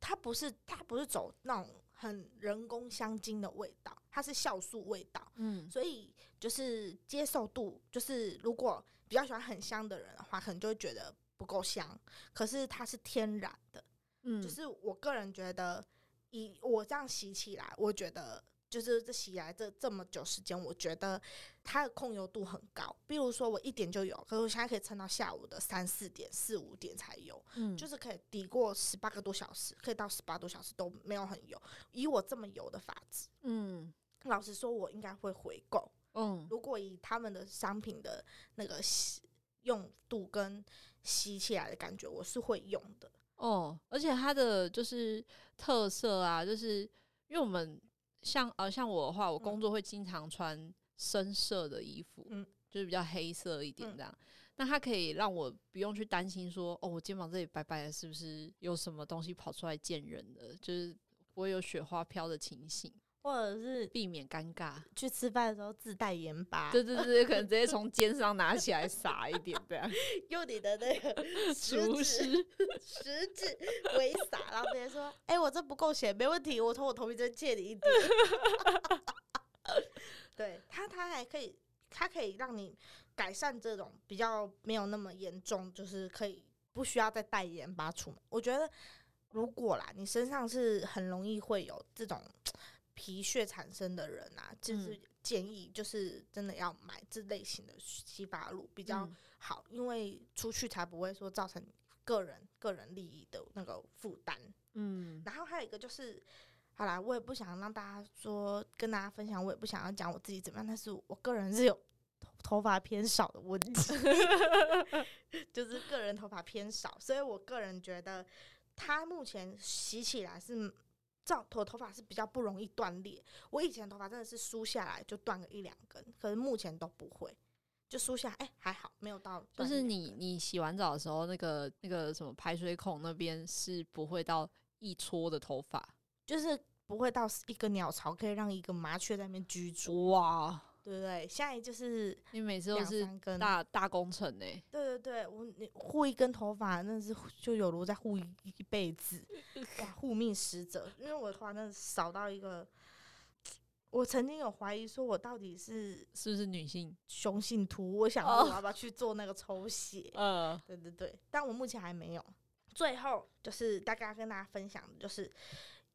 [SPEAKER 1] 它不是它不是走那种很人工香精的味道，它是酵素味道，
[SPEAKER 2] 嗯
[SPEAKER 1] 所以就是接受度，就是如果比较喜欢很香的人的话，可能就会觉得不够香，可是它是天然的，
[SPEAKER 2] 嗯，
[SPEAKER 1] 就是我个人觉得，以我这样洗起来，我觉得就是这洗来这这么久时间，我觉得它的控油度很高。比如说我一点就有，可是我现在可以撑到下午的三四点、四五点才有，
[SPEAKER 2] 嗯
[SPEAKER 1] 就是可以抵过十八个多小时，可以到十八多小时都没有很油。以我这么油的发质，
[SPEAKER 2] 嗯
[SPEAKER 1] 老实说，我应该会回购。
[SPEAKER 2] 嗯
[SPEAKER 1] 如果以他们的商品的那个洗用度跟洗起来的感觉，我是会用的。
[SPEAKER 2] 哦，而且它的就是特色啊，就是因为我们像呃像我的话，我工作会经常穿深色的衣服，
[SPEAKER 1] 嗯
[SPEAKER 2] 就是比较黑色一点
[SPEAKER 1] 嗯
[SPEAKER 2] 这样。那它可以让我不用去担心说，哦，我肩膀这里白白的，是不是有什么东西跑出来见人的？就是不会有雪花飘的情形，
[SPEAKER 1] 或者是
[SPEAKER 2] 避免尴尬。
[SPEAKER 1] 去吃饭的时候自带盐巴，
[SPEAKER 2] 对对对，可能直接从肩上拿起来撒一点， 这样。
[SPEAKER 1] 用你的那个食
[SPEAKER 2] 厨
[SPEAKER 1] 指、
[SPEAKER 2] 师，
[SPEAKER 1] 食指为撒，然后别人说：“哎、我这不够咸，没问题，我从我头皮这边借你一 点。对”它它还可以，它可以让你改善这种比较没有那么严重，就是可以不需要再带盐巴出门。我觉得如果啦，你身上是很容易会有这种皮屑产生的人啊，就是建议就是真的要买这类型的洗发露比较
[SPEAKER 2] 嗯
[SPEAKER 1] 好，因为出去才不会说造成个人个人利益的那个负担。
[SPEAKER 2] 嗯
[SPEAKER 1] 然后还有一个就是，好啦，我也不想让大家说跟大家分享，我也不想要讲我自己怎么样，但是我个人是有头头发偏少的问 题， 就是个人头发偏少，所以我个人觉得它目前洗起来是。这样头头发是比较不容易断裂，我以前头发真的是梳下来就断个一两根，可是目前都不会，就梳下来，哎、还好没有到
[SPEAKER 2] 就
[SPEAKER 1] 断
[SPEAKER 2] 是
[SPEAKER 1] 裂
[SPEAKER 2] 你你洗完澡的时候，那个那个什么排水孔那边是不会到一撮的头发。
[SPEAKER 1] 就是不会到一个鸟巢可以让一个麻雀在那边居住，
[SPEAKER 2] 哇！
[SPEAKER 1] 对不对？现在就是
[SPEAKER 2] 你每次都
[SPEAKER 1] 两
[SPEAKER 2] 是
[SPEAKER 1] 三根，
[SPEAKER 2] 大大工程欸呢、
[SPEAKER 1] 对对对，我你护一根头发，那是就有如在护一一辈 子，哇，护命使者。因为我的头发真的少到一个，我曾经有怀疑说我到底是
[SPEAKER 2] 是不是女性？
[SPEAKER 1] 雄性秃，我想说
[SPEAKER 2] 哦
[SPEAKER 1] 我要不要去做那个抽血？
[SPEAKER 2] 呃，
[SPEAKER 1] 对对对，但我目前还没有。最后就是大概要跟大家分享的，就是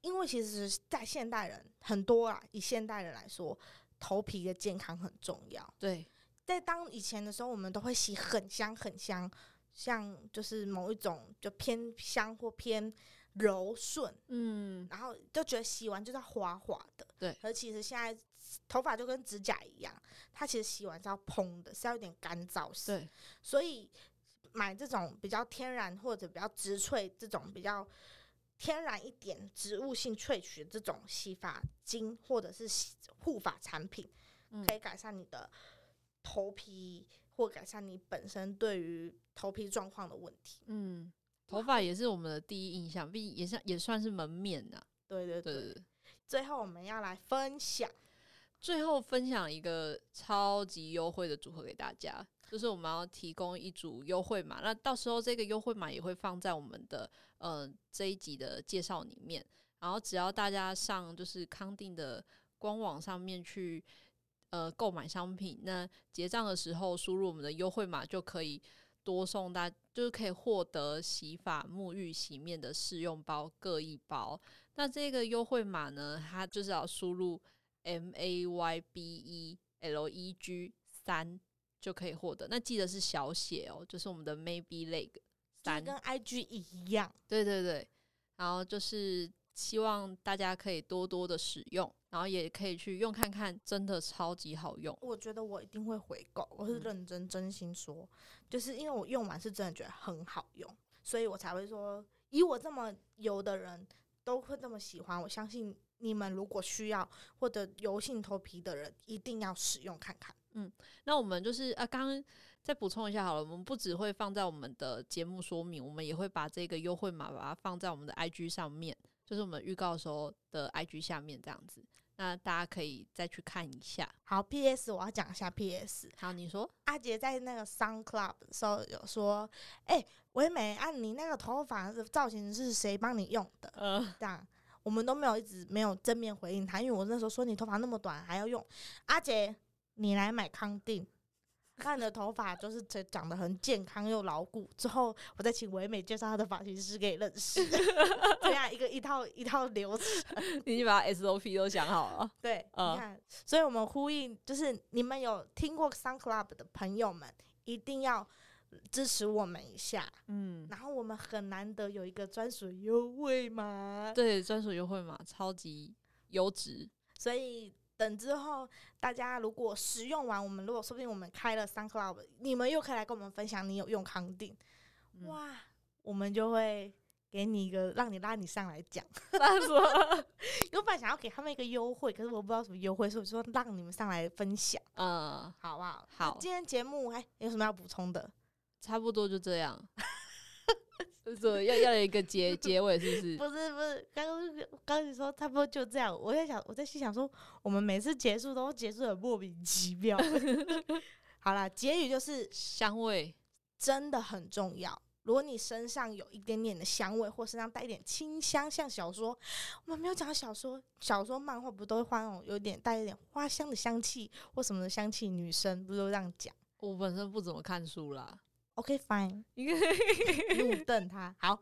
[SPEAKER 1] 因为其实，在现代人很多啊，以现代人来说，头皮的健康很重要。
[SPEAKER 2] 对，
[SPEAKER 1] 在当以前的时候，我们都会洗很香很香，像就是某一种就偏香或偏柔顺，
[SPEAKER 2] 嗯，
[SPEAKER 1] 然后就觉得洗完就是要滑滑的。
[SPEAKER 2] 对
[SPEAKER 1] 可是其实现在头发就跟指甲一样，它其实洗完是要蓬的，是要有点干燥性。
[SPEAKER 2] 对，
[SPEAKER 1] 所以买这种比较天然或者比较植萃这种比较天然一点植物性萃取的这种洗发精或者是洗护发产品
[SPEAKER 2] 嗯，
[SPEAKER 1] 可以改善你的头皮或改善你本身对于头皮状况的问题。
[SPEAKER 2] 嗯，头发也是我们的第一印象，毕竟也算也算是门面呐、
[SPEAKER 1] 对对
[SPEAKER 2] 对
[SPEAKER 1] 对。
[SPEAKER 2] 对对。
[SPEAKER 1] 最后我们要来分享，
[SPEAKER 2] 最后分享一个超级优惠的组合给大家，就是我们要提供一组优惠码，那到时候这个优惠码也会放在我们的呃这一集的介绍里面。然后只要大家上就是康定的官网上面去呃购买商品，那结账的时候输入我们的优惠码就可以多送大，就是可以获得洗发、沐浴、洗面的试用包各一包。那这个优惠码呢，它就是要输入 M A Y B E L E G 三就可以获得。那记得是小写哦，就是我们的 Maybe Leg
[SPEAKER 1] 就是
[SPEAKER 2] 三，
[SPEAKER 1] 跟 IG 一样，
[SPEAKER 2] 对对对。然后就是希望大家可以多多的使用，然后也可以去用看看，真的超级好用。
[SPEAKER 1] 我觉得我一定会回购，我是
[SPEAKER 2] 嗯
[SPEAKER 1] 认真真心说，就是因为我用完是真的觉得很好用，所以我才会说，以我这么油的人都会这么喜欢，我相信你们如果需要或者油性头皮的人，一定要使用看看。
[SPEAKER 2] 那我们就是啊，刚刚再补充一下好了，我们不只会放在我们的节目说明，我们也会把这个优惠码把它放在我们的 IG 上面，就是我们预告的时候的 IG 下面这样子。那大家可以再去看一下。
[SPEAKER 1] 好，P.S. 我要讲一下 P.S.
[SPEAKER 2] 好，你说，
[SPEAKER 1] 阿杰在那个 Sun Club 的时候有说，哎、唯美啊，你那个头发的造型是谁帮你用的？
[SPEAKER 2] 呃，
[SPEAKER 1] 这样，我们都没有一直没有正面回应他，因为我那时候说你头发那么短还要用，阿杰，你来买康定，让你的头发就是长长得很健康又牢固。之后我再请唯美介绍她的发型师给你认识，这样一个一套一套流程。
[SPEAKER 2] 你已经把 SOP 都想好了。
[SPEAKER 1] 对，
[SPEAKER 2] 嗯
[SPEAKER 1] 你看，所以我们呼应就是你们有听过 Sun Club 的朋友们，一定要支持我们一下。
[SPEAKER 2] 嗯，
[SPEAKER 1] 然后我们很难得有一个专属优惠嘛，
[SPEAKER 2] 对，专属优惠码超级优质。
[SPEAKER 1] 所以等之后大家如果使用完，我们如果说不定我们开了 Sun Club，你们又可以来跟我们分享你有用康定，
[SPEAKER 2] 嗯
[SPEAKER 1] 哇，我们就会。给你一个，让你拉你上来讲。
[SPEAKER 2] 那什么？
[SPEAKER 1] 我本来想要给他们一个优惠，可是我不知道什么优惠，所以我说让你们上来分享，
[SPEAKER 2] 嗯，
[SPEAKER 1] 好不好？
[SPEAKER 2] 好，
[SPEAKER 1] 今天节目还有什么要补充的？
[SPEAKER 2] 差不多就这样。 就是要要有一个结结尾， 是不是？
[SPEAKER 1] 不是不是，刚刚刚你说差不多就这样，我在想，我在心想说，我们每次结束都结束的莫名其妙。 好啦，结语就是
[SPEAKER 2] 香味，
[SPEAKER 1] 真的很重要。如果你身上有一点点的香味，或身上带一点清香，像小说，我们没有讲到小说，小说、漫画不都会画那种有点带一点花香的香气或什么的香气？女生不是都这样讲
[SPEAKER 2] 我本身不怎么看书 啦。
[SPEAKER 1] ？OK fine，
[SPEAKER 2] 应该
[SPEAKER 1] 怒瞪他。好，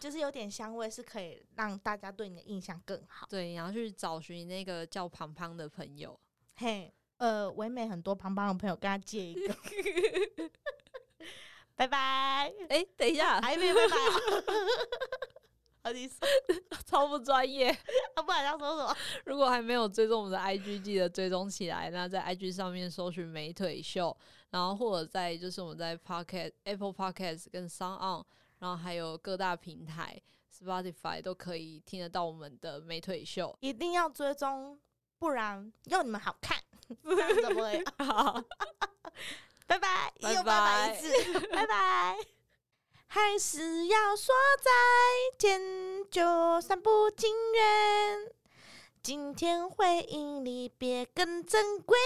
[SPEAKER 1] 就是有点香味是可以让大家对你的印象更好。
[SPEAKER 2] 对，你要去找寻那个叫胖胖的朋友。
[SPEAKER 1] 嘿，呃，唯美很多旁旁的朋友跟他借一 个，拜拜，
[SPEAKER 2] 哎、等一下，
[SPEAKER 1] 还没有拜 拜啊、啊，你说
[SPEAKER 2] 超不专业。
[SPEAKER 1] 啊，不然要说什么？
[SPEAKER 2] 如果还没有追踪我们的 IG，记得追踪起来。那在 IG 上面搜寻美腿秀，然后或者在就是我们在 Pocket、Apple Podcast 跟 Sound On，然后还有各大平台 Spotify 都可以听得到我们的美腿秀。
[SPEAKER 1] 一定要追踪，不然要你们好看，这样怎么会？
[SPEAKER 2] 好，
[SPEAKER 1] 拜拜，
[SPEAKER 2] 拜
[SPEAKER 1] 又拜拜一
[SPEAKER 2] 拜
[SPEAKER 1] 次， 拜拜。还是要说再见，就算不情愿，今天回忆里别更珍贵。